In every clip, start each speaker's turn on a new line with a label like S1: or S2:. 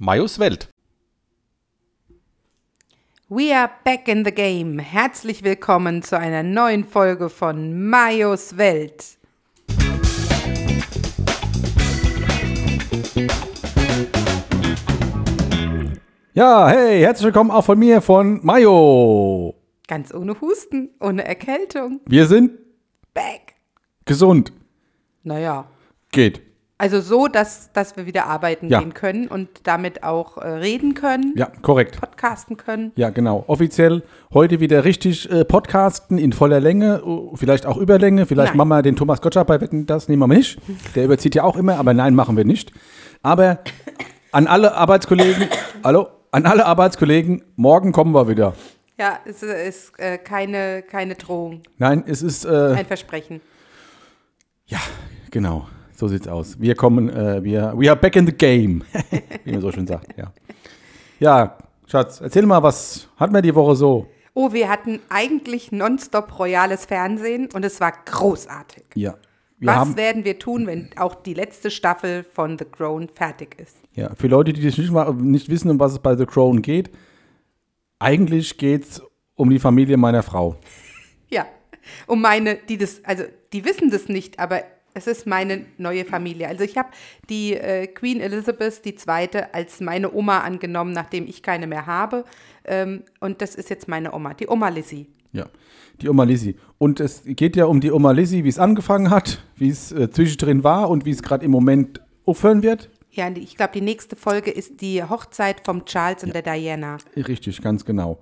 S1: Majos Welt.
S2: We are back in the game. Herzlich willkommen zu einer neuen Folge von Majos Welt.
S1: Ja, hey, herzlich willkommen auch von mir, von Mayo.
S2: Ganz ohne Husten, ohne Erkältung.
S1: Wir sind
S2: Back.
S1: gesund.
S2: Naja,
S1: Geht.
S2: also so, dass, dass wir wieder arbeiten
S1: Ja.
S2: gehen können und damit auch äh, reden können,
S1: Ja, korrekt.
S2: podcasten können.
S1: Ja, genau. Offiziell heute wieder richtig äh, podcasten in voller Länge, oh, vielleicht auch Überlänge. Vielleicht
S2: Nein.
S1: machen wir den Thomas Gottschalk bei Wetten, das nehmen wir nicht. Der überzieht ja auch immer, aber nein, machen wir nicht. Aber an alle Arbeitskollegen, hallo, an alle Arbeitskollegen, morgen kommen wir wieder.
S2: Ja, es äh, ist äh, keine, keine Drohung,
S1: Nein, es ist, äh,
S2: ein Versprechen.
S1: ja, genau, so sieht's aus. Wir kommen, äh, wir, we are back in the game, wie man so schön sagt, ja. Ja, Schatz, erzähl mal, was hatten wir die Woche so?
S2: Oh, wir hatten eigentlich nonstop royales Fernsehen und es war großartig.
S1: Ja, wir
S2: Was
S1: haben,
S2: werden wir tun, wenn auch die letzte Staffel von The Crown fertig ist?
S1: ja, für Leute, die das nicht, mal- nicht wissen, um was es bei The Crown geht, eigentlich geht's um die Familie meiner Frau.
S2: Ja. Und meine, die das, also die wissen das nicht, aber es ist meine neue Familie. Also ich habe die äh, Queen Elizabeth II. als meine Oma angenommen, nachdem ich keine mehr habe. Ähm, und das ist jetzt meine Oma, die Oma Lizzie.
S1: Ja, die Oma Lizzie. Und es geht ja um die Oma Lizzie, wie es angefangen hat, wie es äh, zwischendrin war und wie es gerade im Moment aufhören wird.
S2: Ja, und ich glaube, die nächste Folge ist die Hochzeit vom Charles und der Diana.
S1: Richtig, ganz genau.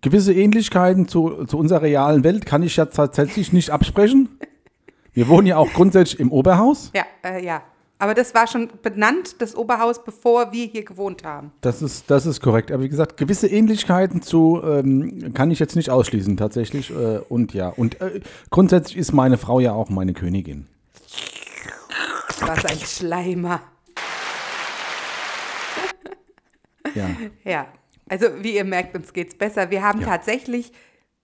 S1: Gewisse Ähnlichkeiten zu, zu unserer realen Welt kann ich ja tatsächlich nicht absprechen. Wir wohnen ja auch grundsätzlich im Oberhaus.
S2: Ja, äh, ja. Aber das war schon benannt, das Oberhaus, bevor wir hier gewohnt haben.
S1: Das ist, das ist korrekt. Aber wie gesagt, gewisse Ähnlichkeiten zu ähm, kann ich jetzt nicht ausschließen, tatsächlich. Äh, und ja, und äh, grundsätzlich ist meine Frau ja auch meine Königin.
S2: Was ein Schleimer.
S1: Ja,
S2: Ja, also wie ihr merkt, uns geht's besser. Wir haben tatsächlich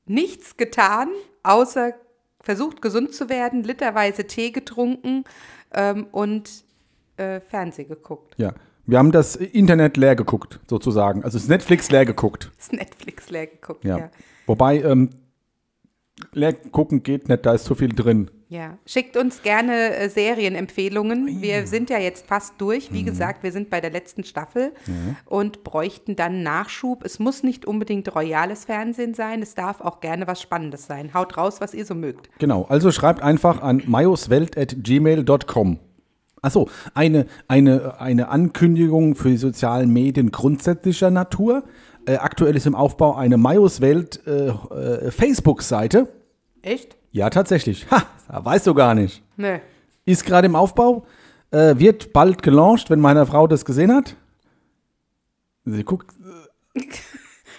S2: nichts getan, außer versucht gesund zu werden, literweise Tee getrunken ähm, und äh, Fernsehen geguckt.
S1: ja. Wir haben das Internet leer geguckt, sozusagen. Also das Netflix leer geguckt.
S2: Das Netflix leer geguckt.
S1: Ja.
S2: Ja. ja.
S1: Wobei, ähm, leer gucken geht nicht, da ist zu viel drin.
S2: Schickt uns gerne äh, Serienempfehlungen. Wir sind ja jetzt fast durch. Wie gesagt, wir sind bei der letzten Staffel und bräuchten dann Nachschub. Es muss nicht unbedingt royales Fernsehen sein. Es darf auch gerne was Spannendes sein. Haut raus, was ihr so mögt.
S1: Genau, also schreibt einfach an majoswelt.gmail.com. Achso, eine, eine, eine Ankündigung für die sozialen Medien grundsätzlicher Natur. Äh, aktuell ist im Aufbau eine Majoswelt äh, äh, Facebook-Seite.
S2: Echt?
S1: Ja, tatsächlich. Ha, da weißt du gar nicht.
S2: Nö.
S1: Ist gerade im Aufbau, äh, wird bald gelauncht, wenn meine Frau das gesehen hat. Sie guckt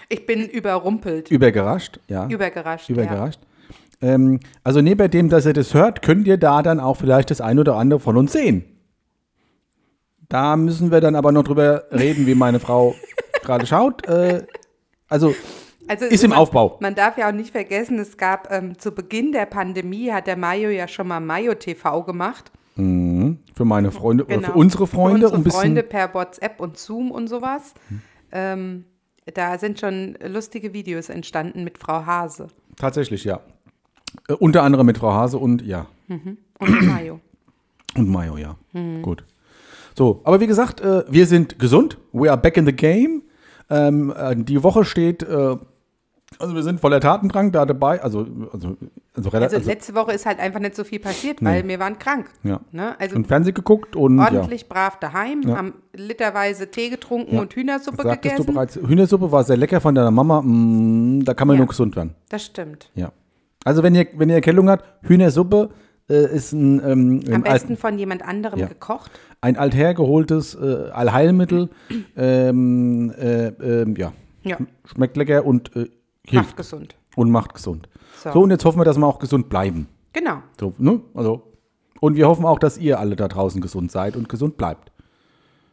S2: Ich bin überrumpelt,
S1: überrascht, ja.
S2: übergerascht.
S1: überrascht. Ähm, also neben dem, dass ihr das hört, könnt ihr da dann auch vielleicht das ein oder andere von uns sehen. Da müssen wir dann aber noch drüber reden, wie meine Frau gerade schaut. Äh, also
S2: Ja. Also
S1: Ist im
S2: man,
S1: Aufbau.
S2: Man darf ja auch nicht vergessen, es gab ähm, zu Beginn der Pandemie, hat der Mayo ja schon mal Mayo TV gemacht.
S1: für meine Freunde, oder
S2: Genau.
S1: für unsere Freunde,
S2: Unsere
S1: ein bisschen. Hm.
S2: Freunde per WhatsApp und Zoom und sowas. Ähm, da sind schon lustige Videos entstanden mit Frau Hase
S1: Tatsächlich, ja. Äh, unter anderem mit Frau Hase und ja.
S2: und Mayo.
S1: Und Mayo, oh ja.
S2: Hm.
S1: Gut. So, aber wie gesagt, äh, wir sind gesund. We are back in the game. Ähm, äh, die Woche steht, äh, also wir sind voller Tatendrang da dabei. Also, also, also,
S2: Also,
S1: relativ. also
S2: letzte Woche ist halt einfach nicht so viel passiert, weil wir waren krank.
S1: ja.
S2: Ne? Also
S1: Und Fernsehen geguckt und
S2: ordentlich brav daheim,
S1: Ja.
S2: haben literweise Tee getrunken
S1: Ja.
S2: und
S1: ja.
S2: Hühnersuppe
S1: Sagtest du
S2: gegessen.
S1: bereits, Hühnersuppe war sehr lecker von deiner Mama. Mm, da kann man
S2: Ja.
S1: nur gesund werden.
S2: das stimmt.
S1: Ja. Also wenn ihr, wenn ihr Erkältung habt, Hühnersuppe äh, ist ein, ähm,
S2: Am
S1: ein, alt,
S2: besten von jemand anderem
S1: Ja.
S2: gekocht.
S1: ein althergeholtes äh, Allheilmittel. ähm, äh, ähm, ja.
S2: Ja,
S1: Schmeckt lecker und äh, hilft
S2: macht gesund.
S1: und macht gesund. So.
S2: So.
S1: und jetzt hoffen wir, dass wir auch gesund bleiben.
S2: Genau.
S1: So, ne? Also. Und wir hoffen auch, dass ihr alle da draußen gesund seid und gesund bleibt.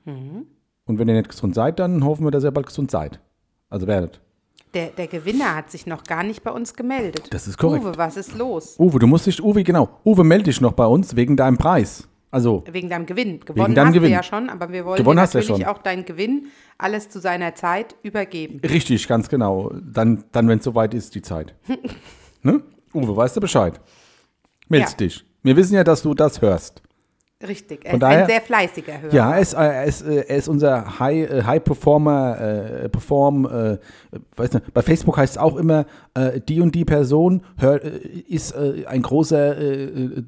S2: Mhm.
S1: Und wenn ihr nicht gesund seid, dann hoffen wir, dass ihr bald gesund seid. Also werdet.
S2: Der, der Gewinner hat sich noch gar nicht bei uns gemeldet.
S1: Das ist korrekt.
S2: Uwe, was ist los?
S1: Uwe, du musst dich, Uwe, genau. Uwe, melde dich noch bei uns wegen deinem Preis. Also,
S2: Wegen deinem Gewinn. Gewonnen
S1: deinem
S2: hast
S1: Gewinn.
S2: du ja schon, aber wir wollen
S1: Gewonnen
S2: dir
S1: hast du ja
S2: natürlich
S1: schon.
S2: auch deinen Gewinn alles zu seiner Zeit übergeben.
S1: richtig, ganz genau. Dann, dann wenn es soweit ist, die Zeit. ne? Uwe, weißt du Bescheid? Meldest
S2: Ja.
S1: dich. Wir wissen ja, dass du das hörst.
S2: Richtig. Er
S1: Von
S2: ist ein
S1: daher-
S2: sehr fleißiger Hörer.
S1: Ja, er ist, äh, er ist, äh, er ist unser High, äh, High Performer, äh, Perform, äh, weiß nicht, bei Facebook heißt es auch immer, äh, die und die Person hör, äh, ist äh, ein großer äh, äh,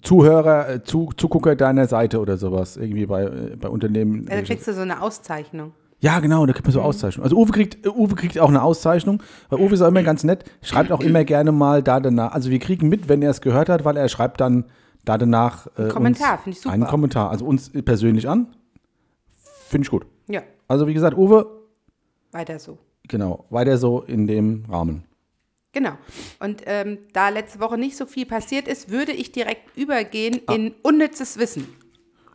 S1: Zuhörer, äh, Zu, Zugucker deiner Seite oder sowas, irgendwie bei, äh, bei Unternehmen.
S2: Also kriegst du so eine Auszeichnung.
S1: Ja, genau, da kriegt
S2: Mhm.
S1: man so Auszeichnungen. Also Uwe kriegt, äh, Uwe kriegt auch eine Auszeichnung, weil Uwe ist auch immer ganz nett, schreibt auch immer gerne mal da danach. Also wir kriegen mit, wenn er es gehört hat, weil er schreibt dann da danach äh,
S2: Kommentar,
S1: uns
S2: finde ich super.
S1: einen Kommentar. Also uns persönlich an, finde ich gut.
S2: Ja,
S1: Also wie gesagt, Uwe,
S2: weiter so.
S1: genau, weiter so in dem Rahmen.
S2: Genau. Und ähm, da letzte Woche nicht so viel passiert ist, würde ich direkt übergehen
S1: Ah.
S2: in unnützes Wissen.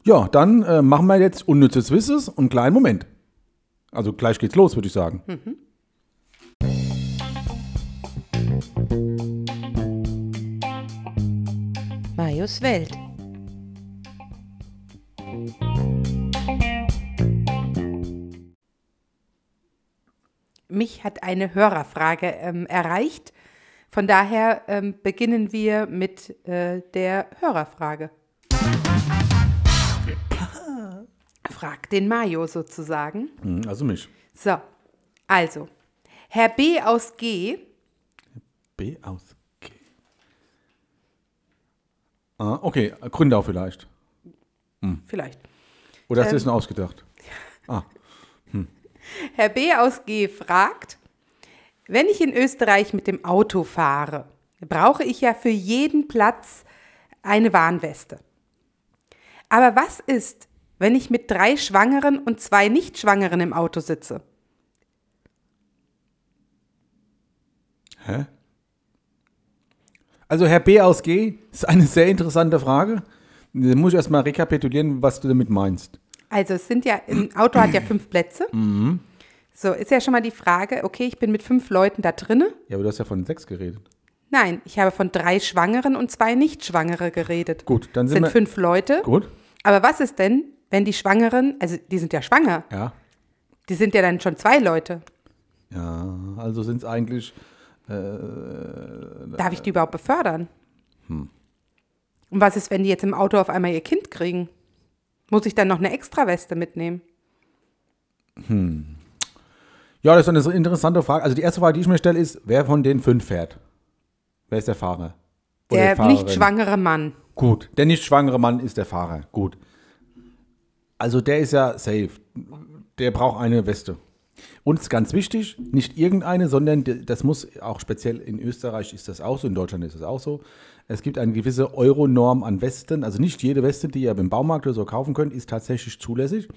S1: Ja, dann äh, machen wir jetzt unnützes Wisses und kleinen Moment. Also gleich geht's los, würde ich sagen.
S2: Hm.
S3: Majos Welt.
S2: Mich hat eine Hörerfrage ähm, erreicht. Von daher ähm, beginnen wir mit äh, der Hörerfrage. Frag den Mario sozusagen.
S1: Mhm, also mich.
S2: So, also, Herr B aus G
S1: B aus G. Ah, okay, Gründau vielleicht.
S2: Vielleicht.
S1: Oder
S2: Ähm,
S1: hast du es nur ausgedacht?
S2: Herr B aus G fragt, wenn ich in Österreich mit dem Auto fahre, brauche ich ja für jeden Platz eine Warnweste. Aber was ist, wenn ich mit drei Schwangeren und zwei Nichtschwangeren im Auto sitze?
S1: Hä? Also Herr B aus G ist eine sehr interessante Frage. Da muss ich erstmal rekapitulieren, was du damit meinst.
S2: Also es sind ja, ein Auto hat ja fünf Plätze.
S1: Mhm.
S2: So, ist ja schon mal die Frage, okay, ich bin mit fünf Leuten da drinne.
S1: Ja, aber du hast ja von Sex geredet.
S2: Nein, ich habe von drei Schwangeren und zwei Nichtschwangere geredet.
S1: Gut, dann sind
S2: sind
S1: wir-
S2: fünf Leute.
S1: Gut?
S2: Aber was ist denn, wenn die Schwangeren, also die sind ja schwanger,
S1: Ja.
S2: die sind ja dann schon zwei Leute.
S1: Ja, also sind es eigentlich
S2: Darf
S1: Äh.
S2: ich die überhaupt befördern?
S1: Hm.
S2: Und was ist, wenn die jetzt im Auto auf einmal ihr Kind kriegen? Muss ich dann noch eine Extraweste mitnehmen?
S1: Ja, das ist eine so interessante Frage. Also die erste Frage, die ich mir stelle, ist, wer von den fünf fährt? Wer ist der Fahrer? Oder die
S2: Der
S1: Fahrerin?
S2: nicht schwangere Mann.
S1: Gut, der nicht schwangere Mann ist der Fahrer. Gut. Also der ist ja safe. Der braucht eine Weste. Uns ganz wichtig, nicht irgendeine, sondern d- das muss auch speziell in Österreich ist das auch so, in Deutschland ist das auch so. Es gibt eine gewisse Euro-Norm an Westen. Also nicht jede Weste, die ihr im Baumarkt oder so kaufen könnt, ist tatsächlich zulässig,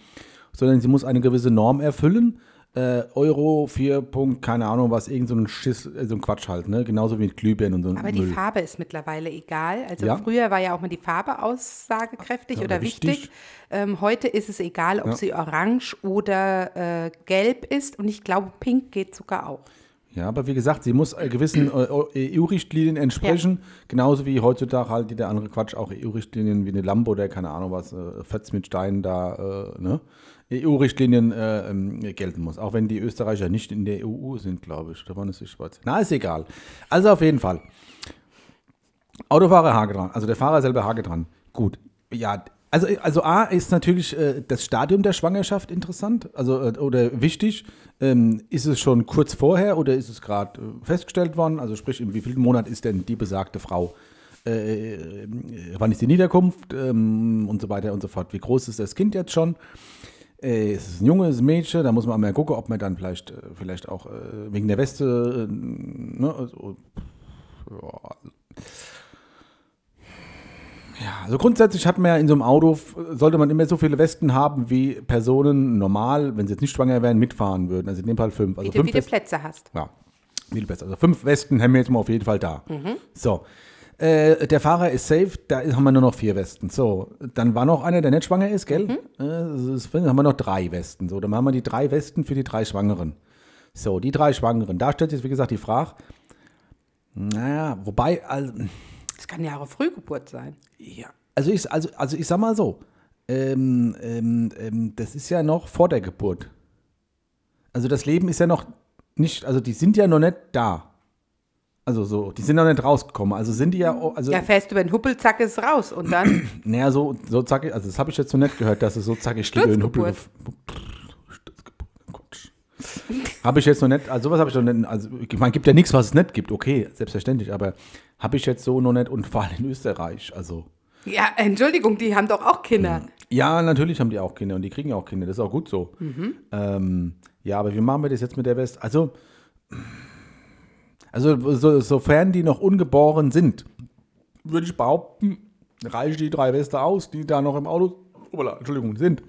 S1: sondern sie muss eine gewisse Norm erfüllen. Äh, Euro 4. Punkt, keine Ahnung was, irgend so ein Schiss, äh, so ein Quatsch halt, ne? Genauso wie mit Glühbirnen und so.
S2: Aber die Farbe ist mittlerweile egal. Also
S1: Ja.
S2: früher war ja auch mal die Farbe aussagekräftig
S1: Ja,
S2: oder
S1: aber wichtig.
S2: wichtig. Ähm, heute ist es egal, ob sie orange oder äh, gelb ist. Und ich glaube, pink geht sogar auch.
S1: Ja, aber wie gesagt, sie muss äh, gewissen äh, EU-Richtlinien entsprechen, genauso wie heutzutage halt der andere Quatsch, auch EU-Richtlinien wie eine Lampe oder keine Ahnung was, äh, Fetz mit Steinen da, äh, ne? EU-Richtlinien äh, ähm, gelten muss, auch wenn die Österreicher nicht in der EU sind, glaube ich. Da waren es die Schweiz. Na, ist egal. Also auf jeden Fall. Autofahrer Hage dran, also der Fahrer selber Hage dran. Gut, ja. Also, also A ist natürlich äh, das Stadium der Schwangerschaft interessant, also äh, oder wichtig. Ähm, ist es schon kurz vorher oder ist es gerade äh, festgestellt worden? Also sprich, in wie vielen Monat ist denn die besagte Frau? Äh, äh, wann ist die Niederkunft ähm, und so weiter und so fort? Wie groß ist das Kind jetzt schon? Äh, ist es ein Junge, ist es ein Mädchen? Da muss man mal gucken, ob man dann vielleicht, äh, vielleicht auch äh, wegen der Weste, äh, ne, also, Also grundsätzlich hat man ja in so einem Auto, f- sollte man immer so viele Westen haben, wie Personen normal, wenn sie jetzt nicht schwanger wären, mitfahren würden. Also in dem Fall fünf. Also
S2: Wie du
S1: fünf
S2: viele
S1: Westen,
S2: Plätze hast.
S1: ja, viel besser. Also fünf Westen haben wir jetzt mal auf jeden Fall da. So. Äh, der Fahrer ist safe, da haben wir nur noch vier Westen. So, dann war noch einer, der nicht schwanger ist, gell? Äh, das- dann haben wir noch drei Westen. So, dann haben wir die drei Westen für die drei Schwangeren. So, die drei Schwangeren. Da stellt sich, wie gesagt, die Frage, naja, wobei, also,
S2: Das kann ja auch eine Frühgeburt sein.
S1: ja, Also ich, also, also ich sag mal so, ähm, ähm, ähm, das ist ja noch vor der Geburt. Also das Leben ist ja noch nicht, also die sind ja noch nicht da. Also so, die sind noch nicht rausgekommen. Also sind die ja, o- also
S2: Mhm. Ja, fährst über den Huppelzack ist raus und dann
S1: naja, so, so zackig, also das habe ich jetzt noch nicht gehört, dass es so zackig geht.
S2: Sturzgeburt.
S1: Habe ich jetzt noch nicht, also sowas habe ich noch nicht, also ich meine, gibt ja nichts, was es nicht gibt, okay, selbstverständlich, aber habe ich jetzt so noch nicht und vor allem in Österreich, also.
S2: Ja, Entschuldigung, die haben doch auch Kinder.
S1: Hm. Ja, natürlich haben die auch Kinder und die kriegen ja auch Kinder, das ist auch gut so. Ähm, ja, aber wie machen wir das jetzt mit der West? Also, also so, sofern die noch ungeboren sind, würde ich behaupten, reichen die drei Weste aus, die da noch im Auto, upala, Entschuldigung, sind.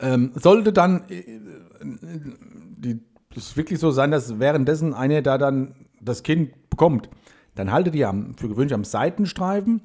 S1: Ähm, sollte dann äh, äh, die, es wirklich so sein, dass währenddessen einer da dann das Kind bekommt, dann haltet ihr am, für gewöhnlich am Seitenstreifen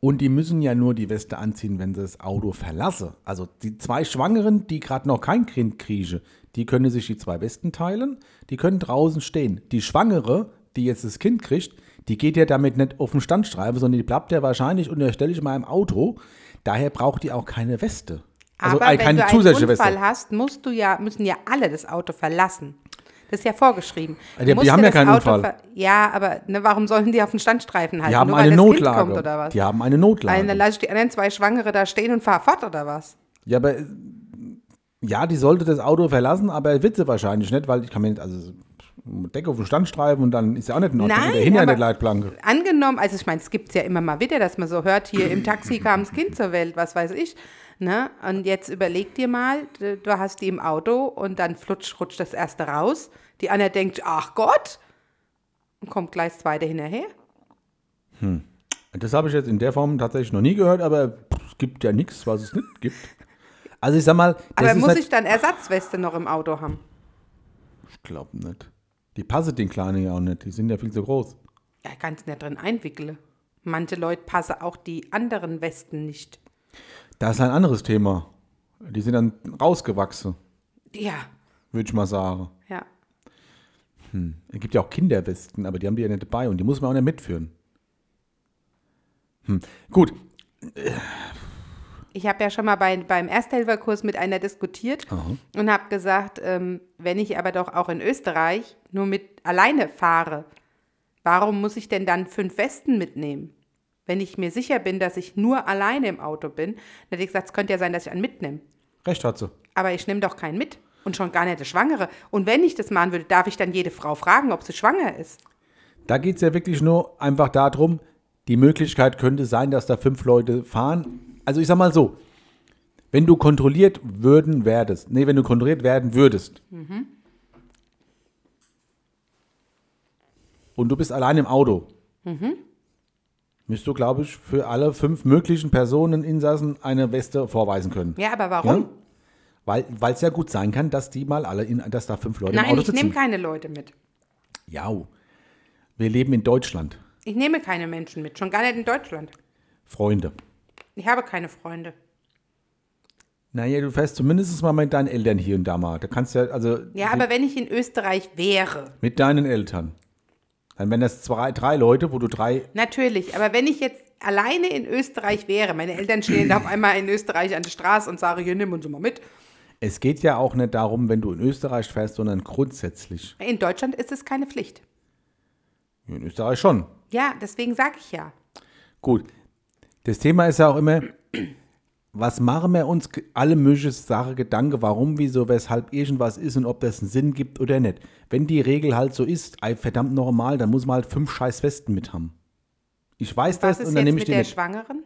S1: und die müssen ja nur die Weste anziehen, wenn sie das Auto verlassen. Also die zwei Schwangeren, die gerade noch kein Kind kriegen, die können sich die zwei Westen teilen, die können draußen stehen. Die Schwangere, die jetzt das Kind kriegt, die geht ja damit nicht auf den Standstreifen, sondern die bleibt ja wahrscheinlich unterstellig mal im Auto. Daher braucht die auch keine Weste. Also
S2: Aber
S1: äh,
S2: wenn
S1: keine
S2: du einen
S1: zusätzliche
S2: Unfall
S1: Weste.
S2: hast, musst du ja, müssen ja alle das Auto verlassen. Das ist ja vorgeschrieben.
S1: die-
S2: Du
S1: die
S2: musst
S1: haben ja
S2: das
S1: keinen
S2: Auto
S1: Unfall.
S2: ver- Ja, aber ne, warum sollen die auf den Standstreifen halten?
S1: Die haben
S2: Halt Nur weil
S1: eine
S2: das Kind
S1: Notlage.
S2: Kommt, oder was?
S1: Die haben eine
S2: Weil
S1: Notlage.
S2: dann lasse ich die anderen zwei Schwangere da stehen und fahr fort oder was?
S1: Ja, aber äh, ja, die sollte das Auto verlassen, aber wird sie wahrscheinlich nicht, weil ich kann mir nicht, also Decke auf den Stand streifen und dann ist ja auch nicht in Ordnung.
S2: Nein,
S1: oder hinter
S2: aber-
S1: der Leitplanke.
S2: Angenommen, also ich meine, es gibt es ja immer mal wieder, dass man so hört, hier im Taxi kam das Kind zur Welt, was weiß ich. Ne? Und jetzt überleg dir mal, d- du hast die im Auto und dann flutsch, rutscht das erste raus. Die andere denkt, ach Gott, und kommt gleich das zweite hinterher.
S1: Das habe ich jetzt in der Form tatsächlich noch nie gehört, aber pff, es gibt ja nichts, was es nicht gibt. Also ich sag mal, das
S2: Aber
S1: ist
S2: muss
S1: nicht,
S2: ich dann Ersatzweste noch im Auto haben?
S1: ich glaube nicht. Die passen den Kleinen ja auch nicht, die sind ja viel zu groß.
S2: Ja, kannst nicht drin einwickeln. Manche Leute passen auch die anderen Westen nicht.
S1: Das ist ein anderes Thema. Die sind dann rausgewachsen,
S2: Ja,
S1: würde ich mal sagen.
S2: ja.
S1: Es gibt ja auch Kinderwesten, aber die haben die ja nicht dabei und die muss man auch nicht mitführen. Hm. Gut,
S2: Ich habe ja schon mal bei, beim Ersthelferkurs mit einer diskutiert und habe gesagt, ähm, wenn ich aber doch auch in Österreich nur mit alleine fahre, warum muss ich denn dann fünf Westen mitnehmen? Wenn ich mir sicher bin, dass ich nur alleine im Auto bin, dann hätte ich gesagt, es könnte ja sein, dass ich einen mitnehme.
S1: recht hat sie.
S2: Aber ich nehme doch keinen mit und schon gar nicht eine Schwangere. Und wenn ich das machen würde, darf ich dann jede Frau fragen, ob sie schwanger ist.
S1: Da geht es ja wirklich nur einfach darum, die Möglichkeit könnte sein, dass da fünf Leute fahren. Also ich sag mal so, wenn du kontrolliert würden werdest, nee, wenn du kontrolliert werden würdest und du bist allein im Auto, müsstest du, glaube ich, für alle fünf möglichen Personen, Insassen eine Weste vorweisen können.
S2: Ja, aber
S1: Ja?
S2: warum?
S1: Weil es ja gut sein kann, dass die mal alle, in, dass da fünf Leute im
S2: Nein,
S1: Auto
S2: ich nehme
S1: sitzen.
S2: keine Leute mit.
S1: Ja, wir leben in Deutschland,
S2: Ich nehme keine Menschen mit, schon gar nicht in Deutschland.
S1: Freunde.
S2: Ich habe keine Freunde.
S1: Naja, du fährst zumindest mal mit deinen Eltern hier und da mal. Da kannst ja, also
S2: Ja, aber wenn ich in Österreich wäre,
S1: mit deinen Eltern. Dann wären das zwei, drei Leute, wo du drei.
S2: natürlich, aber wenn ich jetzt alleine in Österreich wäre, meine Eltern stehen da auf einmal in Österreich an der Straße und sagen, hier nimm uns mal mit.
S1: Es geht ja auch nicht darum, wenn du in Österreich fährst, sondern grundsätzlich.
S2: In Deutschland ist es keine Pflicht.
S1: In Österreich schon.
S2: Ja, deswegen sage ich ja.
S1: Gut. Das Thema ist ja auch immer, was machen wir uns ge- alle mögliche Sache Gedanken, warum, wieso, weshalb irgendwas ist und ob das einen Sinn gibt oder nicht. Wenn die Regel halt so ist, ey, verdammt nochmal, dann muss man halt fünf scheiß Westen mit haben. Ich weiß
S2: Was
S1: das
S2: ist
S1: und dann
S2: jetzt
S1: nehme ich
S2: mit
S1: die
S2: der
S1: mit.
S2: Schwangeren?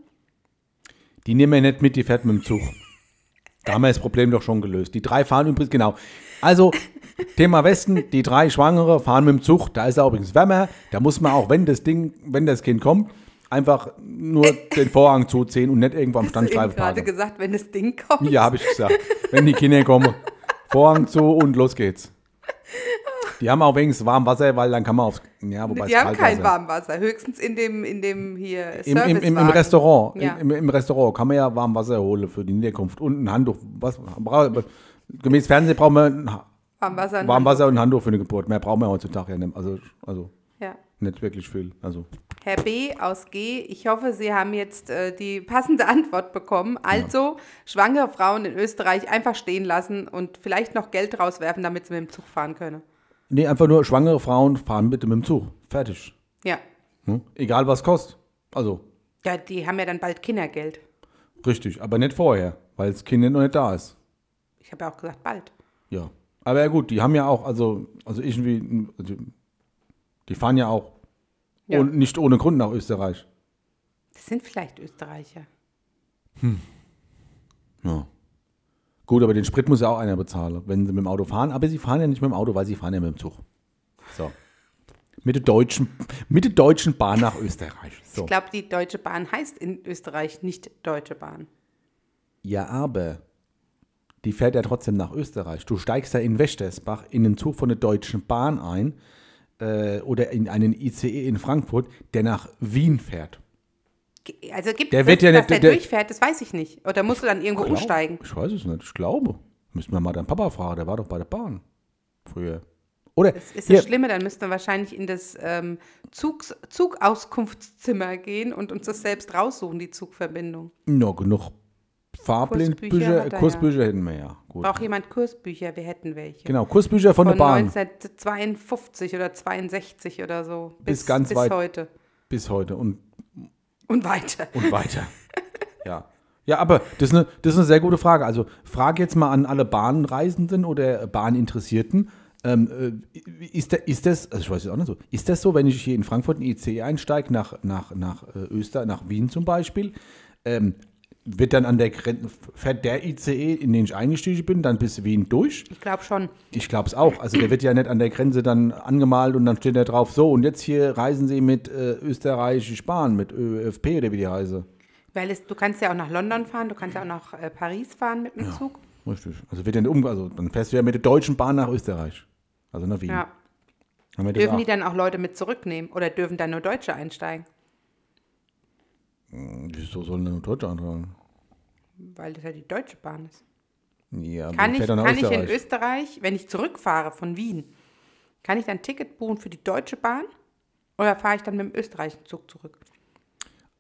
S1: Die nehmen wir nicht mit, die fährt mit dem Zug. Da haben wir das Problem doch schon gelöst. Die drei fahren übrigens, genau. Also, Thema Westen, die drei Schwangere fahren mit dem Zug. Da ist er übrigens wärmer. Da muss man auch, wenn das Ding, wenn das Kind kommt, einfach nur den Vorhang zuziehen und nicht irgendwo am
S2: Hast du eben
S1: Standstreifen
S2: gerade
S1: parken.
S2: gesagt, wenn das Ding kommt.
S1: Ja, habe ich gesagt. Wenn die Kinder kommen, Vorhang zu und los geht's. Die haben auch wenigstens warm Wasser, weil dann kann man aufs. Ja, wobei
S2: die
S1: es
S2: haben
S1: kalt also.
S2: kein
S1: Wasser.
S2: Warmwasser, höchstens in dem, in dem hier
S1: Im, im, im, im
S2: Servicewagen.
S1: Restaurant.
S2: Ja.
S1: Im, im, Im Restaurant kann man ja warm Wasser holen für die Niederkunft. Und ein Handtuch. Was, bra- gemäß Fernsehen brauchen wir ein Ha-
S2: Warmwasser. ne?
S1: warm Wasser und ein Handtuch für eine Geburt. Mehr brauchen wir heutzutage ja nicht. Also, also
S2: Ja.
S1: Nicht wirklich viel. Also,
S2: Herr B. aus G. Ich hoffe, Sie haben jetzt äh, die passende Antwort bekommen. Also schwangere Frauen in Österreich einfach stehen lassen und vielleicht noch Geld rauswerfen, damit sie mit dem Zug fahren können.
S1: nee, einfach nur schwangere Frauen fahren bitte mit dem Zug. Fertig.
S2: Ja.
S1: Hm? Egal was kostet. Also,
S2: Ja, die haben ja dann bald Kindergeld.
S1: richtig, aber nicht vorher, weil das Kind ja noch nicht da ist.
S2: Ich habe ja auch gesagt, bald.
S1: Ja. Aber ja gut, die haben ja auch, also, also irgendwie, also, die fahren ja auch
S2: Ja.
S1: und nicht ohne Grund nach Österreich.
S2: Das sind vielleicht Österreicher.
S1: Ja. Gut, aber den Sprit muss ja auch einer bezahlen, wenn sie mit dem Auto fahren. Aber sie fahren ja nicht mit dem Auto, weil sie fahren ja mit dem Zug. So. Mit der deutschen, mit der deutschen Bahn nach Österreich. So.
S2: Ich glaube, die Deutsche Bahn heißt in Österreich nicht Deutsche Bahn.
S1: Ja, aber die fährt ja trotzdem nach Österreich. Du steigst da in Wächtersbach in den Zug von der Deutschen Bahn ein äh, oder in einen ICE in Frankfurt, der nach Wien fährt.
S2: Ge- Also gibt
S1: Der
S2: es,
S1: wird
S2: das,
S1: ja
S2: dass
S1: nicht-
S2: der,
S1: der-
S2: durchfährt, das weiß ich nicht. Oder musst du dann irgendwo
S1: Glaub-
S2: umsteigen?
S1: Ich weiß es nicht, ich glaube. Müssen wir mal deinen Papa fragen, der war doch bei der Bahn früher. Oder
S2: Ist
S1: hier,
S2: das Schlimme, dann müssten wir wahrscheinlich in das ähm, Zugs Zugauskunftszimmer gehen und uns das selbst raussuchen, die Zugverbindung.
S1: noch genug
S2: Kursbücher
S1: Fahrplanbücher,
S2: hat er,
S1: Kursbücher hätten wir ja. Gut.
S2: Braucht jemand Kursbücher? Wir hätten welche.
S1: Genau, Kursbücher von,
S2: Von
S1: der Bahn
S2: 1952 oder 62 oder so.
S1: Bis ganz
S2: bis
S1: weit-
S2: heute.
S1: bis heute und,
S2: Und weiter.
S1: und weiter. ja. Ja, aber das ist, eine, das ist eine sehr gute Frage. Also frag jetzt mal an alle Bahnreisenden oder Bahninteressierten. Ähm, äh, ist, da, ist das, also ich weiß es auch nicht so, ist das so, wenn ich hier in Frankfurt in ICE einsteige, nach, nach, nach äh, Österreich, nach Wien zum Beispiel, ähm, wird dann an der Grenze, fährt der ICE, in den ich eingestiegen bin, dann bis Wien durch?
S2: Ich glaube schon.
S1: Ich glaube es auch. Also der wird ja nicht an der Grenze dann angemalt und dann steht da drauf, so und jetzt hier reisen sie mit äh, österreichisch Bahn, mit ÖFP oder wie die heiße.
S2: Weil es, du kannst ja auch nach London fahren, du kannst ja auch nach äh, Paris fahren mit dem Zug.
S1: Richtig. Also wird ja nicht um, also dann fährst du ja mit der deutschen Bahn nach Österreich. Also nach Wien.
S2: Ja.
S1: Haben wir das
S2: Dürfen
S1: auch.
S2: die dann auch Leute mit zurücknehmen? Oder dürfen dann nur Deutsche einsteigen?
S1: Wieso sollen denn Deutsche antragen?
S2: Weil das ja die Deutsche Bahn ist.
S1: Ja, aber
S2: Kann,
S1: die
S2: ich,
S1: fährt dann nach
S2: kann ich in
S1: Österreich.
S2: Österreich, wenn ich zurückfahre von Wien, kann ich dann ein Ticket buchen für die Deutsche Bahn? Oder fahre ich dann mit dem österreichischen Zug zurück?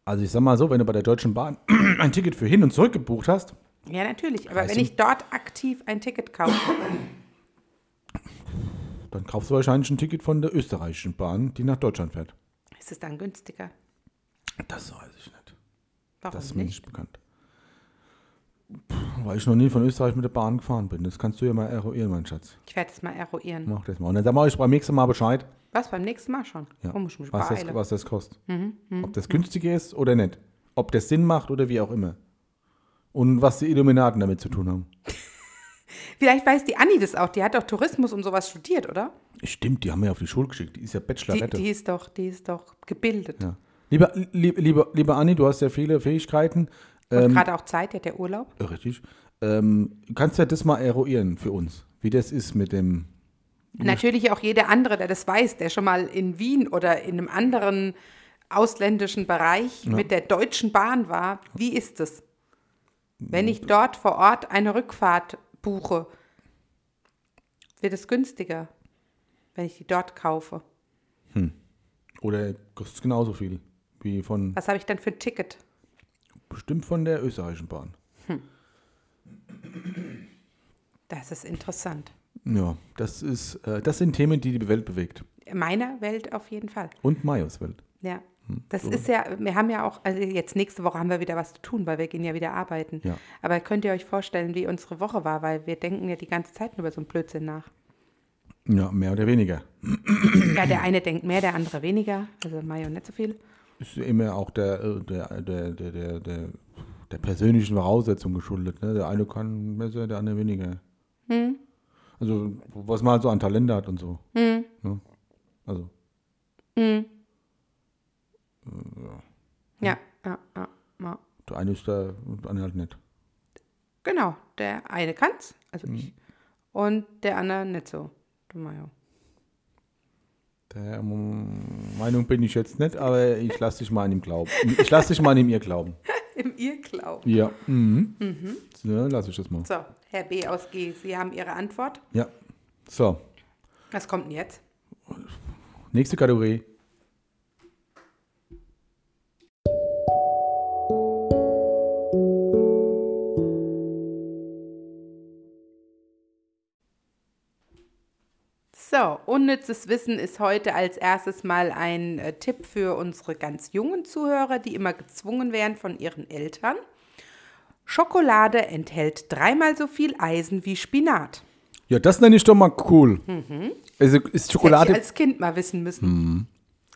S1: also ich sag mal so, wenn du bei der Deutschen Bahn ein Ticket für hin und zurück gebucht hast,
S2: Ja, natürlich. Aber
S1: Weißt
S2: wenn
S1: du-
S2: ich dort aktiv ein Ticket kaufe,
S1: dann kaufst du wahrscheinlich ein Ticket von der österreichischen Bahn, die nach Deutschland fährt.
S2: ist es dann günstiger.
S1: Das weiß ich nicht.
S2: Warum
S1: Das ist mir
S2: nicht?
S1: nicht bekannt. Puh, Weil ich noch nie von Österreich mit der Bahn gefahren bin. Das kannst du ja mal eruieren, mein Schatz.
S2: Ich werde es mal eruieren.
S1: Mach das mal. Und dann sag mal euch beim nächsten Mal Bescheid,
S2: Was, beim nächsten Mal schon?
S1: ja,
S2: Oh, muss ich mich
S1: was, das,
S2: beeilen. Mhm,
S1: was das kostet. Ob das günstiger ist oder nicht. Ob das Sinn macht oder wie auch immer. Und was die Illuminaten damit zu tun haben.
S2: Vielleicht weiß die Anni das auch. Die hat doch Tourismus und sowas studiert, oder?
S1: Stimmt, die haben wir ja auf die Schule geschickt. Die ist ja
S2: Die,
S1: Bachelorette.
S2: die, ist, doch, die ist doch gebildet.
S1: ja. liebe, liebe, liebe, liebe Anni, du hast ja viele Fähigkeiten.
S2: Und
S1: Ähm,
S2: gerade auch Zeit, die hat der Urlaub.
S1: Äh, Richtig. Ähm, kannst ja das mal eruieren für uns, wie das ist mit dem
S2: Natürlich auch jeder andere, der das weiß, der schon mal in Wien oder in einem anderen ausländischen Bereich mit der Deutschen Bahn war. Wie ist es, wenn ich dort vor Ort eine Rückfahrt buche? Wird es günstiger, wenn ich die dort kaufe?
S1: Oder kostet genauso viel wie von
S2: Was habe ich dann für ein Ticket?
S1: bestimmt von der österreichischen Bahn.
S2: Das ist interessant.
S1: Ja, das ist äh, das sind Themen, die die Welt bewegt
S2: In meiner Welt auf jeden Fall.
S1: und Majos Welt.
S2: Ja. Das ist ja, wir haben ja auch, also jetzt nächste Woche haben wir wieder was zu tun, weil wir gehen ja wieder arbeiten.
S1: Ja.
S2: Aber könnt ihr euch vorstellen, wie unsere Woche war, weil wir denken ja die ganze Zeit nur über so einen Blödsinn nach.
S1: Ja, mehr oder weniger.
S2: Ja, der eine denkt mehr, der andere weniger. Also Mayo nicht so viel.
S1: Ist ja immer auch der äh, der der der der, der, der persönlichen Voraussetzung geschuldet. Ne? Der eine kann besser, der andere weniger. Also was man halt so an Talent hat und so. Ne? Also
S2: Ja, ja, ja, ja.
S1: der eine ist da und der andere halt nicht.
S2: Genau, der eine kann's, also ich. Und der andere nicht so, der Mayo.
S1: Der mm, Meinung bin ich jetzt nicht, aber ich lasse dich mal an ihm glauben. Ich lasse dich mal an ihm ihr glauben.
S2: Im Irrglauben.
S1: Ja. Mhm. So, lass ich das mal.
S2: So, Herr B. aus G., Sie haben Ihre Antwort.
S1: Ja. So,
S2: Was kommt denn jetzt?
S1: nächste Kategorie.
S2: Unnützes Wissen ist heute als erstes mal ein äh, Tipp für unsere ganz jungen Zuhörer, die immer gezwungen werden von ihren Eltern. Schokolade enthält dreimal so viel Eisen wie Spinat.
S1: Ja, das nenne ich doch mal cool. Also ist
S2: Mhm. Hätte ich
S1: Schokolade, Hm.
S2: als Kind mal wissen müssen.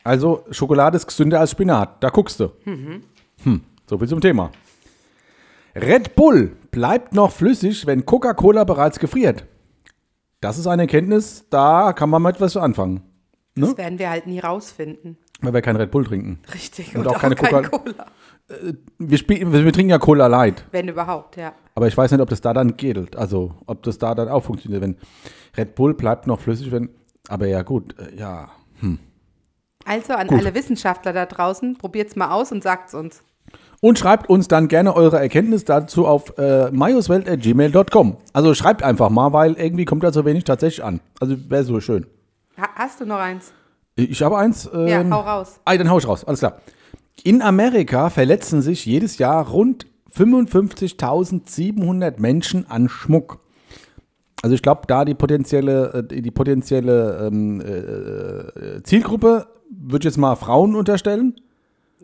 S1: also Schokolade ist gesünder als Spinat. Da guckst du.
S2: Mhm.
S1: Hm, so viel zum Thema. Red Bull bleibt noch flüssig, wenn Coca-Cola bereits gefriert. Das ist eine Erkenntnis, da kann man mal etwas anfangen. Ne?
S2: Das werden wir halt nie rausfinden.
S1: Weil wir keinen Red Bull trinken.
S2: Richtig.
S1: Und auch keine
S2: kein
S1: Coca-
S2: Cola.
S1: Wir, spielen, wir trinken ja Cola Light.
S2: Wenn überhaupt, ja.
S1: Aber ich weiß nicht, ob das da dann gilt. Also, ob das da dann auch funktioniert, wenn Red Bull bleibt noch flüssig, wenn. Aber ja, gut, äh, ja.
S2: Also an
S1: Gut.
S2: alle Wissenschaftler da draußen, probiert's mal aus und sagt's uns.
S1: Und schreibt uns dann gerne eure Erkenntnis dazu auf äh, majuswelt.gmail.com. Also schreibt einfach mal, weil irgendwie kommt da so wenig tatsächlich an. Also wäre so schön.
S2: Ha hast du noch eins?
S1: Ich habe eins. Ähm,
S2: Ja, hau raus.
S1: Ei, dann hau ich raus. Alles klar. In Amerika verletzen sich jedes Jahr rund 55.700 Menschen an Schmuck. Also ich glaube, da die potenzielle, äh, die potenzielle ähm, äh, äh, Zielgruppe würde ich jetzt mal Frauen unterstellen.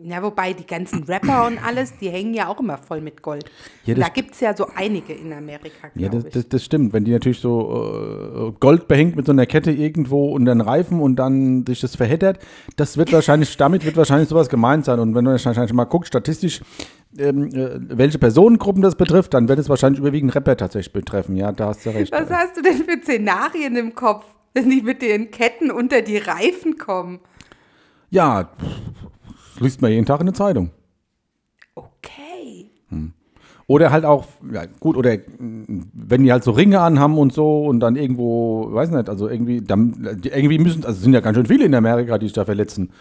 S2: Ja, wobei die ganzen Rapper und alles, die hängen ja auch immer voll mit Gold.
S1: Ja, das-
S2: da gibt's ja so einige in Amerika,
S1: Ja,
S2: glaube
S1: das,
S2: ich.
S1: das, das stimmt. Wenn die natürlich so äh, Gold behängt mit so einer Kette irgendwo und dann Reifen und dann sich das verheddert, das wird wahrscheinlich, damit wird wahrscheinlich sowas gemeint sein. Und wenn man wahrscheinlich mal guckt, statistisch, ähm, äh, welche Personengruppen das betrifft, dann wird es wahrscheinlich überwiegend Rapper tatsächlich betreffen. Ja, da hast du recht.
S2: Was hast du denn für Szenarien im Kopf, wenn die mit den Ketten unter die Reifen kommen?
S1: Ja, pff, liest man jeden Tag in der Zeitung.
S2: Okay.
S1: Oder halt auch, ja gut, oder mh, wenn die halt so Ringe anhaben und so und dann irgendwo, weiß nicht, also irgendwie, dann, die- irgendwie müssen, also es sind ja ganz schön viele in Amerika, die sich da verletzen.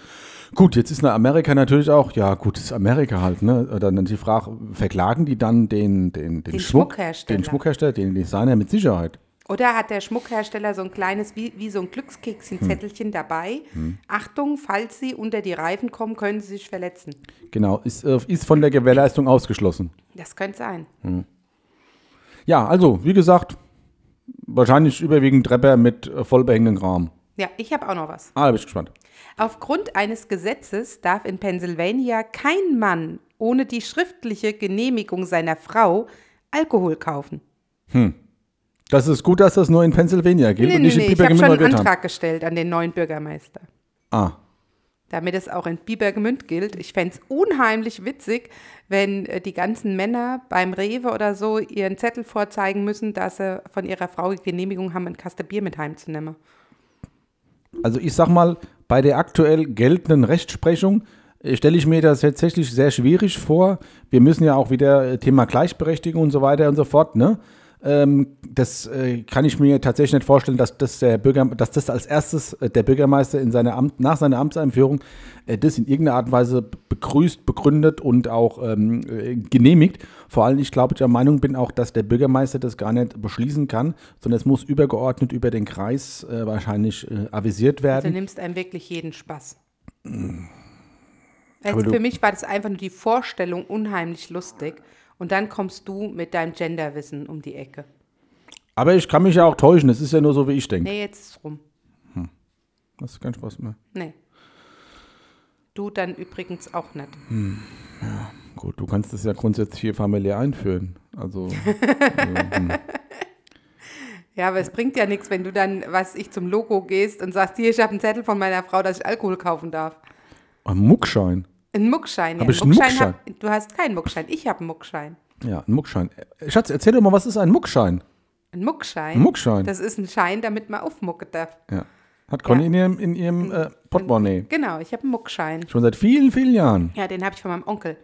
S1: Gut, jetzt ist in Amerika natürlich auch, ja gut, ist Amerika halt, ne? Dann dann die Frage, verklagen die dann den, den, den,
S2: Den
S1: Schmuck,
S2: Schmuckhersteller.
S1: den Schmuckhersteller, den Designer mit Sicherheit.
S2: Oder hat der Schmuckhersteller so ein kleines, wie, wie so ein Glückskekschen-Zettelchen
S1: Hm.
S2: dabei? Achtung, falls Sie unter die Reifen kommen, können Sie sich verletzen.
S1: Genau, ist, äh, ist von der Gewährleistung ausgeschlossen.
S2: Das könnte sein.
S1: Ja, also, wie gesagt, wahrscheinlich überwiegend Trepper mit äh, vollbehengendem Rahmen.
S2: Ja, ich habe auch noch was.
S1: Ah, da bin ich gespannt.
S2: Aufgrund eines Gesetzes darf in Pennsylvania kein Mann ohne die schriftliche Genehmigung seiner Frau Alkohol kaufen.
S1: Das ist gut, dass das nur in Pennsylvania gilt
S2: Nee,
S1: und
S2: nee,
S1: nicht
S2: nee,
S1: in
S2: ich habe schon einen
S1: Pipergemünd-Reutlingen.
S2: Antrag gestellt an den neuen Bürgermeister.
S1: Ah,
S2: damit es auch in Bibergemünd gilt. Ich fände es unheimlich witzig, wenn äh, die ganzen Männer beim Rewe oder so ihren Zettel vorzeigen müssen, dass sie von ihrer Frau die Genehmigung haben, ein Kasten Bier mit heimzunehmen.
S1: also ich sag mal, bei der aktuell geltenden Rechtsprechung äh, stelle ich mir das tatsächlich sehr schwierig vor. Wir müssen ja auch wieder äh, Thema Gleichberechtigung und so weiter und so fort, ne? Ähm, das äh, kann ich mir tatsächlich nicht vorstellen, dass das, der Bürger, dass das als erstes äh, der Bürgermeister in seiner Amt, nach seiner Amtseinführung äh, das in irgendeiner Art und Weise begrüßt, begründet und auch ähm, äh, genehmigt. Vor allem, ich glaube, ich der Meinung bin auch, dass der Bürgermeister das gar nicht beschließen kann, sondern es muss übergeordnet über den Kreis äh, wahrscheinlich äh, avisiert
S2: Du
S1: werden.
S2: nimmst einem wirklich jeden Spaß. Jetzt,
S1: Aber du-
S2: für mich war das einfach nur die Vorstellung unheimlich lustig. Und dann kommst du mit deinem Genderwissen um die Ecke.
S1: Aber ich kann mich ja auch täuschen, es ist ja nur so, wie ich denke.
S2: Nee, jetzt ist rum.
S1: Das ist kein Spaß mehr.
S2: Nee. Du dann übrigens auch nicht.
S1: Gut, du kannst das ja grundsätzlich hier familiär einführen. Also,
S2: Ja, aber es bringt ja nichts, wenn du dann, was ich zum Logo gehst und sagst, hier, ich habe einen Zettel von meiner Frau, dass ich Alkohol kaufen darf.
S1: ein Muckschein.
S2: Ein Muckschein. Ja.
S1: Hab ich einen
S2: Hab, du hast keinen Muckschein. Ich habe einen Muckschein.
S1: Ja, ein Muckschein. Äh, Schatz, erzähl doch mal, was ist ein Muckschein?
S2: Ein Muckschein.
S1: Ein Muckschein.
S2: Das ist ein Schein, damit man aufmucken darf.
S1: ja. Hat Conny
S2: Ja.
S1: in ihrem, in ihrem äh, Portemonnaie.
S2: Genau, ich habe einen Muckschein.
S1: Schon seit vielen, vielen Jahren.
S2: Ja, den habe ich von meinem Onkel.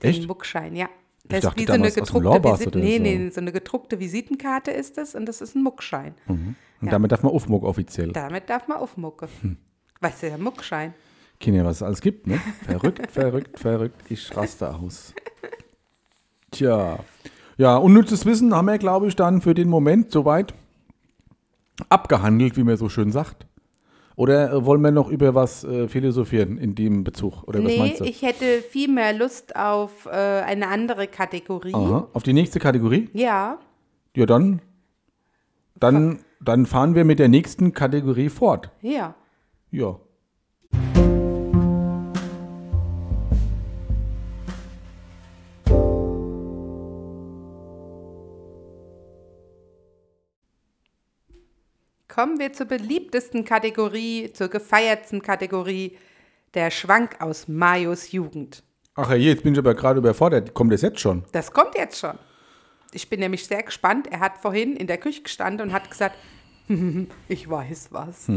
S2: Den
S1: Echt?
S2: Muckschein, ja. Das
S1: dachte damals aus dem Lorbeers
S2: Visiten-
S1: oder
S2: nee,
S1: so.
S2: nee, so eine gedruckte Visitenkarte ist das und das ist ein Muckschein.
S1: Hm. Und damit darf man aufmuck offiziell.
S2: Damit darf man aufmucken.
S1: Hm.
S2: Was ist denn der Muckschein?
S1: Kinder, was es alles gibt, ne? Verrückt, verrückt, verrückt. Ich raste aus. Tja. Ja, unnützes Wissen haben wir, glaube ich, dann für den Moment soweit abgehandelt, wie man so schön sagt. Oder äh, wollen wir noch über was äh, philosophieren in dem Bezug? Oder was
S2: Nee,
S1: meinst du?
S2: ich hätte viel mehr Lust auf äh, eine andere Kategorie.
S1: Aha. Auf die nächste Kategorie?
S2: Ja,
S1: Ja, dann. Dann Dann fahren wir mit der nächsten Kategorie fort.
S2: Ja.
S1: Ja.
S2: Kommen wir zur beliebtesten Kategorie, zur gefeiertsten Kategorie, der Schwank aus Marios Jugend.
S1: Ach je, jetzt bin ich aber gerade überfordert. Kommt das jetzt schon?
S2: Das kommt jetzt schon. Ich bin nämlich sehr gespannt. Er hat vorhin in der Küche gestanden und hat gesagt, ich weiß was.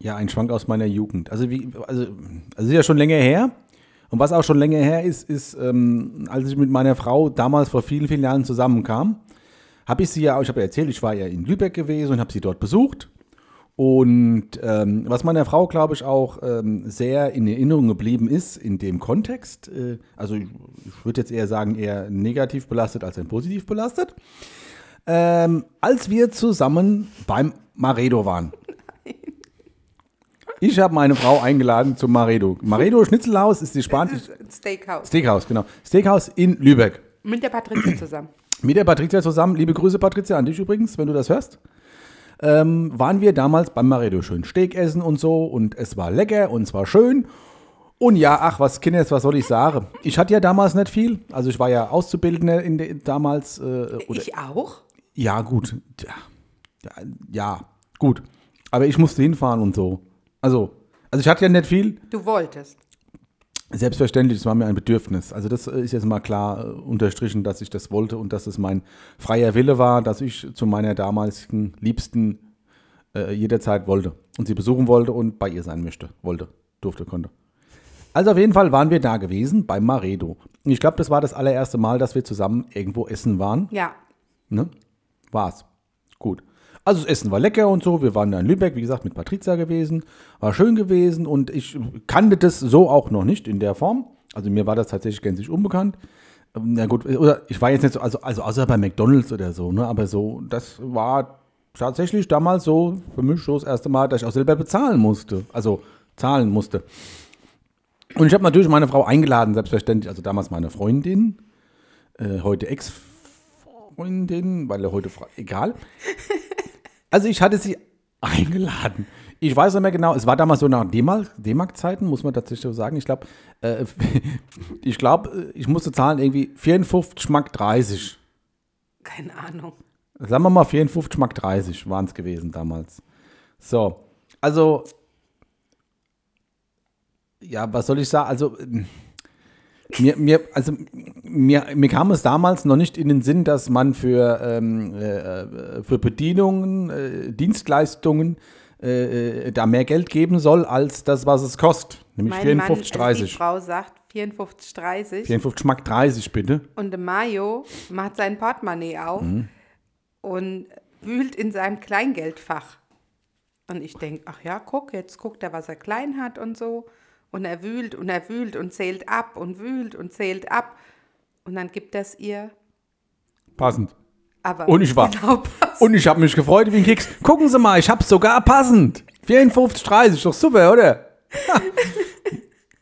S1: Ja, ein Schwank aus meiner Jugend. Also, wie, also, also ist ja schon länger her. Und was auch schon länger her ist, ist, ähm, als ich mit meiner Frau damals vor vielen, vielen Jahren zusammenkam, habe ich sie ja, ich habe ja erzählt, ich war ja in Lübeck gewesen und habe sie dort besucht. Und ähm, was meiner Frau, glaube ich, auch ähm, sehr in Erinnerung geblieben ist in dem Kontext, äh, also ich, ich würde jetzt eher sagen, eher negativ belastet als ein positiv belastet, ähm, als wir zusammen beim Maredo waren. Ich habe meine Frau eingeladen zum Maredo. Maredo Schnitzelhaus ist die spanische
S2: Steakhouse.
S1: Steakhouse, genau. Steakhouse in Lübeck.
S2: Mit der Patricia zusammen.
S1: Mit der Patricia zusammen, liebe Grüße Patricia an dich übrigens, wenn du das hörst. Ähm, waren wir damals beim Maredo schön Steak essen und so und es war lecker und es war schön. Und ja, ach, was Kinders, was soll ich sagen? Ich hatte ja damals nicht viel. Also ich war ja Auszubildender in de, damals. Äh, oder,
S2: Ich auch?
S1: ja, gut. Ja, Ja, ja, gut. Aber ich musste hinfahren und so. Also, also ich hatte ja nicht viel.
S2: Du wolltest.
S1: Selbstverständlich, es war mir ein Bedürfnis. Also das äh, ist jetzt mal klar äh, unterstrichen, dass ich das wollte und dass es mein freier Wille war, dass ich zu meiner damaligen Liebsten äh, jederzeit wollte und sie besuchen wollte und bei ihr sein möchte, wollte, durfte, konnte. Also auf jeden Fall waren wir da gewesen bei Maredo. Und Ich glaube, das war das allererste Mal, dass wir zusammen irgendwo essen waren.
S2: Ja.
S1: Ne? War's. Gut. Also das Essen war lecker und so. Wir waren da in Lübeck, wie gesagt, mit Patricia gewesen. War schön gewesen und ich kannte das so auch noch nicht in der Form. Also mir war das tatsächlich gänzlich unbekannt. Ähm, Na gut, oder ich war jetzt nicht so, also, also außer bei McDonalds oder so, ne? Aber so, das war tatsächlich damals so für mich so das erste Mal, dass ich auch selber bezahlen musste. Also zahlen musste. Und ich habe natürlich meine Frau eingeladen, selbstverständlich. Also damals meine Freundin, äh, heute Ex-Freundin. Freundin, weil er heute frei. Egal. Also ich hatte sie eingeladen. Ich weiß nicht mehr genau, es war damals so nach D-Mark- D-Mark-Zeiten, muss man tatsächlich so sagen. Ich glaube, äh, ich glaube, ich musste zahlen irgendwie 54 Mark 30.
S2: Keine Ahnung.
S1: Sagen wir mal 54 Mark 30 waren es gewesen damals. So, also, ja, was soll ich sagen? Also, ähm, mir, mir, also, mir, mir kam es damals noch nicht in den Sinn, dass man für, ähm, äh, für Bedienungen, äh, Dienstleistungen äh, äh, da mehr Geld geben soll, als das, was es kostet. Nämlich
S2: Mein
S1: 54,
S2: Mann, also die
S1: 30.
S2: Frau sagt 54, 30.
S1: 54 Mark 30, bitte.
S2: Und der Mayo macht sein Portemonnaie auf
S1: Mhm.
S2: und wühlt in seinem Kleingeldfach. Und ich denke, ach ja, guck, jetzt guckt er, was er klein hat und so. Und er wühlt und er wühlt und zählt ab und wühlt und zählt ab. Und dann gibt er es ihr.
S1: Passend.
S2: Aber
S1: Und ich war-
S2: Genau passt.
S1: Und ich habe mich gefreut wie ein Keks. Gucken Sie mal, ich hab's sogar passend. 54, 30, doch super, oder? Ha.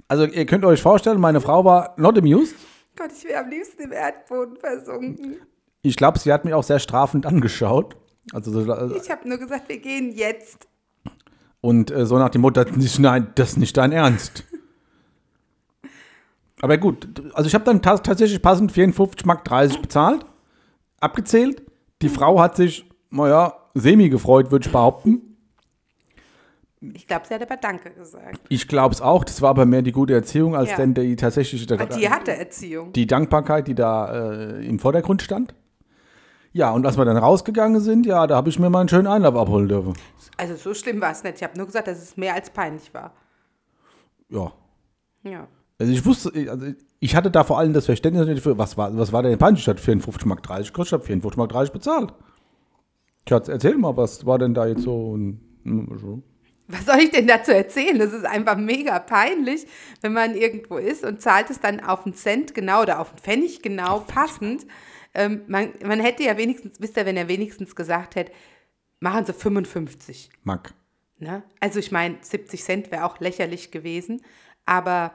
S1: also ihr könnt euch vorstellen, meine Frau war not amused.
S2: Oh Gott, ich wäre am liebsten im Erdboden versunken.
S1: Ich glaube, sie hat mich auch sehr strafend angeschaut. Also so,
S2: Ich habe nur gesagt, wir gehen jetzt.
S1: und äh, so nach dem Motto, das ist- nein, das ist nicht dein Ernst. Aber gut, also ich habe dann ta- tatsächlich passend 54 Mark 30 bezahlt, abgezählt. Die Frau hat sich, naja, semi gefreut, würde ich behaupten.
S2: Ich glaube, sie hat aber Danke gesagt.
S1: Ich glaube es auch. Das war aber mehr die gute Erziehung als
S2: Ja.
S1: denn die tatsächliche
S2: Und die hatte Erziehung.
S1: die Dankbarkeit, die da äh, im Vordergrund stand. Ja, und als wir dann rausgegangen sind, ja, da habe ich mir mal einen schönen Einlauf abholen dürfen.
S2: Also so schlimm war es nicht. Ich habe nur gesagt, dass es mehr als peinlich war.
S1: Ja.
S2: Ja.
S1: Also ich wusste, ich- also ich hatte da vor allem das Verständnis nicht für, was war, was war denn in Peinlich? Ich hatte 54 Mark 30 gekostet, ich habe 54 Mark 30 bezahlt. Schatz, erzähl mal, was war denn da jetzt so? ein- hm, so?
S2: Was soll ich denn dazu erzählen? Das ist einfach mega peinlich, wenn man irgendwo ist und zahlt es dann auf einen Cent genau oder auf einen Pfennig genau passend. Ähm, man, man hätte ja wenigstens, wisst ihr, wenn er wenigstens gesagt hätte, machen Sie 55.
S1: Mark.
S2: Ne? Also ich meine, 70 Cent wäre auch lächerlich gewesen, aber,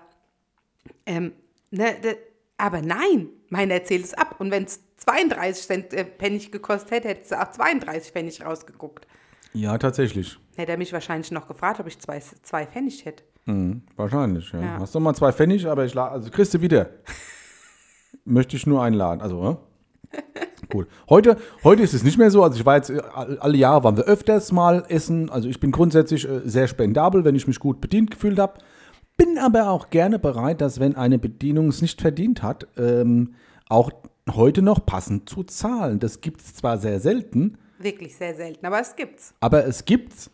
S2: ähm, ne, de, aber nein, mein er zählt es ab. Und wenn es 32 Cent äh, Pfennig gekostet hätte, hätte es auch 32 Pfennig rausgeguckt.
S1: Ja, tatsächlich.
S2: Hätte er mich wahrscheinlich noch gefragt, ob ich zwei, zwei Pfennig hätte.
S1: Wahrscheinlich, ja.
S2: Ja.
S1: Hast noch mal zwei Pfennig, aber ich la- also kriegst du wieder. Möchte ich nur einladen, also, ne? Cool. Heute, heute ist es nicht mehr so. Also ich war jetzt, äh, all- alle Jahre waren wir öfters mal essen. Also ich bin grundsätzlich äh, sehr spendabel, wenn ich mich gut bedient gefühlt habe. Bin aber auch gerne bereit, dass wenn eine Bedienung es nicht verdient hat, ähm, auch heute noch passend zu zahlen. Das gibt es zwar sehr selten,
S2: Wirklich sehr selten, aber es gibt's.
S1: aber es gibt's.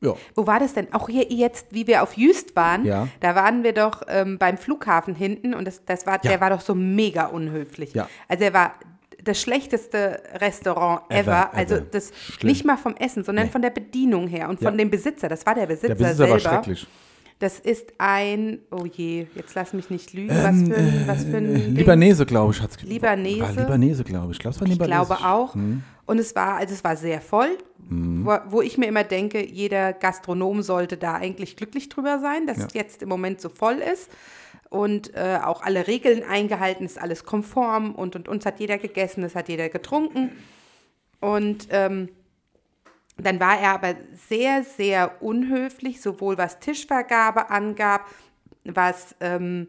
S1: Ja.
S2: Wo war das denn? Auch hier jetzt, wie wir auf Jüst waren,
S1: Ja.
S2: da waren wir doch ähm, beim Flughafen hinten und das, das war,
S1: Ja.
S2: der war doch so mega unhöflich.
S1: Ja.
S2: Also er war das schlechteste Restaurant ever.
S1: Ever, ever.
S2: Also das
S1: Schlimm.
S2: nicht mal vom Essen, sondern von der Bedienung her und
S1: Ja.
S2: von dem Besitzer. Das war der
S1: Der
S2: Besitzer,
S1: Besitzer
S2: selber.
S1: war schrecklich.
S2: Das ist ein, oh je, jetzt lass mich nicht lügen, was für ein, was für ein
S1: Ähm, Äh,
S2: Ding?
S1: Libanese, glaube ich, hat es
S2: Libanese?
S1: War Libanese, glaube ich. Glaub's war
S2: Ich
S1: Libanesisch.
S2: glaube auch. Und es war, also es war sehr voll, wo, wo ich mir immer denke, jeder Gastronom sollte da eigentlich glücklich drüber sein, dass
S1: Ja.
S2: es jetzt im Moment so voll ist. Und äh, auch alle Regeln eingehalten, ist alles konform und, und uns hat jeder gegessen, es hat jeder getrunken. Und ähm, dann war er aber sehr, sehr unhöflich, sowohl was Tischvergabe angab, was ähm,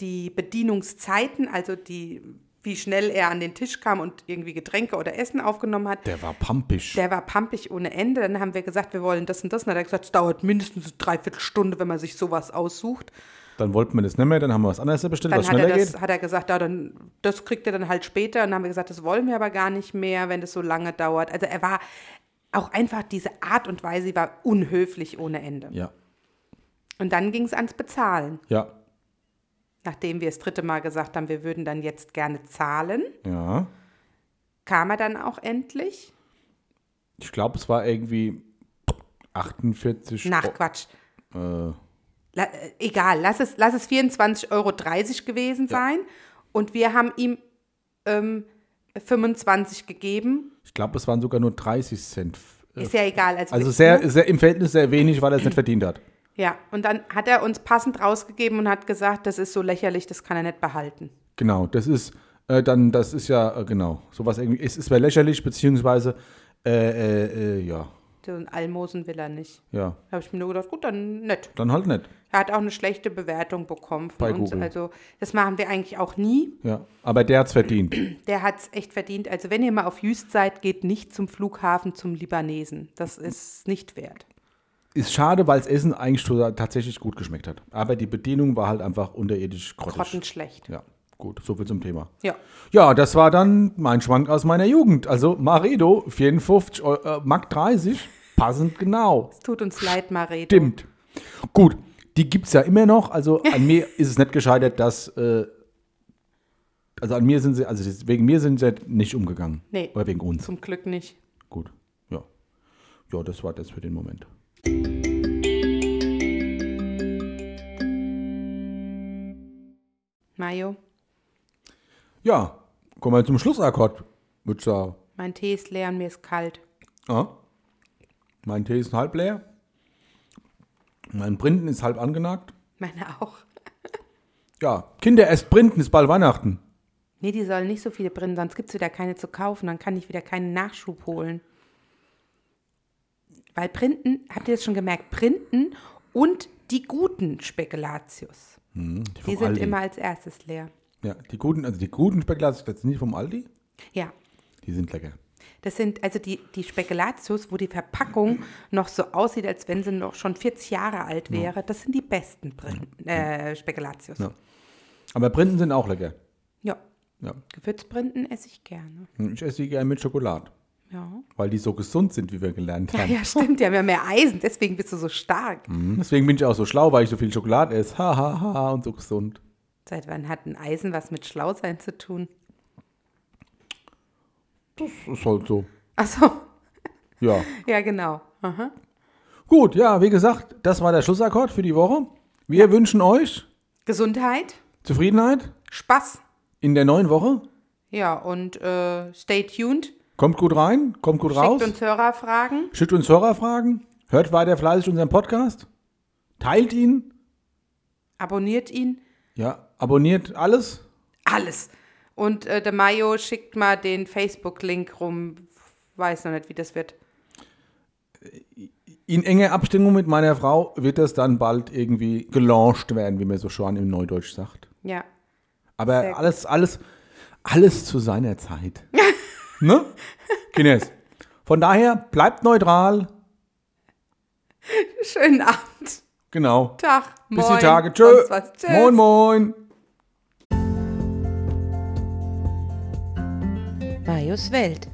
S2: die Bedienungszeiten, also die, wie schnell er an den Tisch kam und irgendwie Getränke oder Essen aufgenommen hat.
S1: Der war pampig.
S2: Der war pampig ohne Ende. Dann haben wir gesagt, wir wollen das und das. Und dann hat er gesagt, es dauert mindestens eine Dreiviertelstunde, wenn man sich sowas aussucht.
S1: dann wollten wir das nicht mehr, dann haben wir was anderes bestellt,
S2: Dann
S1: was
S2: hat er,
S1: schneller
S2: das,
S1: geht.
S2: hat er gesagt, ja, dann, das kriegt er dann halt später. Und dann haben wir gesagt, das wollen wir aber gar nicht mehr, wenn das so lange dauert. Also er war auch einfach diese Art und Weise, die war unhöflich ohne Ende.
S1: Ja,
S2: Und dann ging es ans Bezahlen,
S1: ja,
S2: nachdem wir das dritte Mal gesagt haben, wir würden dann jetzt gerne zahlen.
S1: ja.
S2: Kam er dann auch endlich?
S1: Ich glaube, es war irgendwie 48
S2: Nach
S1: Euro.
S2: Quatsch. La äh, egal, lass es, lass es 24,30 Euro gewesen sein. Und wir haben ihm ähm, 25 gegeben.
S1: Ich glaube, es waren sogar nur 30 Cent. Äh,
S2: Ist ja egal.
S1: Also
S2: wir- ne?
S1: sehr, sehr, im Verhältnis sehr wenig, weil er es nicht verdient hat.
S2: Ja, und dann hat er uns passend rausgegeben und hat gesagt, das ist so lächerlich, das kann er nicht behalten.
S1: Genau, das ist äh, dann, das ist ja, äh, genau, sowas irgendwie. Es ist zwar lächerlich, beziehungsweise, äh, äh, äh, ja,
S2: So ein Almosen will er nicht.
S1: ja,
S2: Da habe ich mir nur gedacht, gut, dann nett.
S1: dann halt nicht.
S2: Er hat auch eine schlechte Bewertung bekommen von
S1: Bei
S2: uns.
S1: Google.
S2: Also das machen wir eigentlich auch nie.
S1: Ja, aber der hat es verdient.
S2: Der hat es echt verdient. Also wenn ihr mal auf Jüst seid, geht nicht zum Flughafen zum Libanesen. Das ist nicht wert.
S1: Ist schade, weil das Essen eigentlich so tatsächlich gut geschmeckt hat. Aber die Bedienung war halt einfach unterirdisch grottig.
S2: Grottenschlecht.
S1: Ja, gut, soviel zum Thema.
S2: Ja.
S1: Ja, das war dann mein Schwank aus meiner Jugend. Also Maredo, 54, Eu- äh, Mark 30, passend genau.
S2: Es tut uns leid, Maredo.
S1: Stimmt. Gut, die gibt es ja immer noch. Also an mir ist es nicht gescheitert, dass. Äh, also an mir sind sie, also wegen mir sind sie nicht umgegangen.
S2: Nee.
S1: Oder wegen uns.
S2: Zum Glück nicht.
S1: Gut, ja. Ja, das war das für den Moment.
S2: Mayo,
S1: Ja, kommen wir zum Schlussakkord, würde ich sagen.
S2: mein Tee ist leer und mir ist kalt.
S1: Ja. Mein Tee ist halb leer. Mein Brinden ist halb angenagt.
S2: Meine auch.
S1: Ja, Kinder esst Brinden, ist bald Weihnachten.
S2: Nee, die sollen nicht so viele brennen, sonst gibt es wieder keine zu kaufen. Dann kann ich wieder keinen Nachschub holen. Weil Printen, habt ihr jetzt schon gemerkt, Printen und die guten Spekulatius,
S1: Die,
S2: die
S1: vom
S2: sind
S1: Aldi.
S2: immer als erstes leer.
S1: Ja, die guten, also die guten Speckglas, das sind nicht vom Aldi.
S2: Ja,
S1: Die sind lecker.
S2: das sind also die, die Spekulatius, wo die Verpackung noch so aussieht, als wenn sie noch schon 40 Jahre alt wäre. Das sind die besten Printen, äh, Spekulatius.
S1: Ja.
S2: Ja.
S1: Aber Brinden sind auch lecker. Ja.
S2: Gewürzprinten esse ich gerne.
S1: Hm, Ich esse die gerne mit Schokolade,
S2: Ja.
S1: weil die so gesund sind, wie wir gelernt
S2: Ja,
S1: haben.
S2: ja, stimmt, die haben ja mehr Eisen, deswegen bist du so stark.
S1: Mhm. Deswegen bin ich auch so schlau, weil ich so viel Schokolade esse. Ha, ha, ha, und so gesund.
S2: Seit wann hat ein Eisen was mit Schlausein zu tun?
S1: Das ist halt so.
S2: Achso,
S1: Ja.
S2: ja, genau. Aha.
S1: Gut, ja, wie gesagt, das war der Schlussakkord für die Woche. Wir wünschen euch
S2: Gesundheit,
S1: Zufriedenheit
S2: Spaß.
S1: in der neuen Woche.
S2: Ja, und äh, stay tuned.
S1: Kommt gut rein, kommt gut raus.
S2: Schickt uns Hörerfragen.
S1: schickt uns Hörerfragen. Hört weiter fleißig unseren Podcast. Teilt ihn.
S2: Abonniert ihn.
S1: Ja, abonniert alles.
S2: Alles. Und äh, der Mayo schickt mal den Facebook-Link rum. Weiß noch nicht, wie das wird.
S1: In enger Abstimmung mit meiner Frau wird das dann bald irgendwie gelauncht werden, wie man so schon im Neudeutsch sagt.
S2: Ja.
S1: Aber
S2: Sehr gut.
S1: alles, alles, alles zu seiner Zeit. ne? Kines. Von daher, bleibt neutral.
S2: Schönen Abend,
S1: Genau.
S2: Tag, Moin.
S1: Bis die Tage. Tschö.
S2: sonst was. Tschüss.
S1: Moin, moin.
S3: Majos Welt.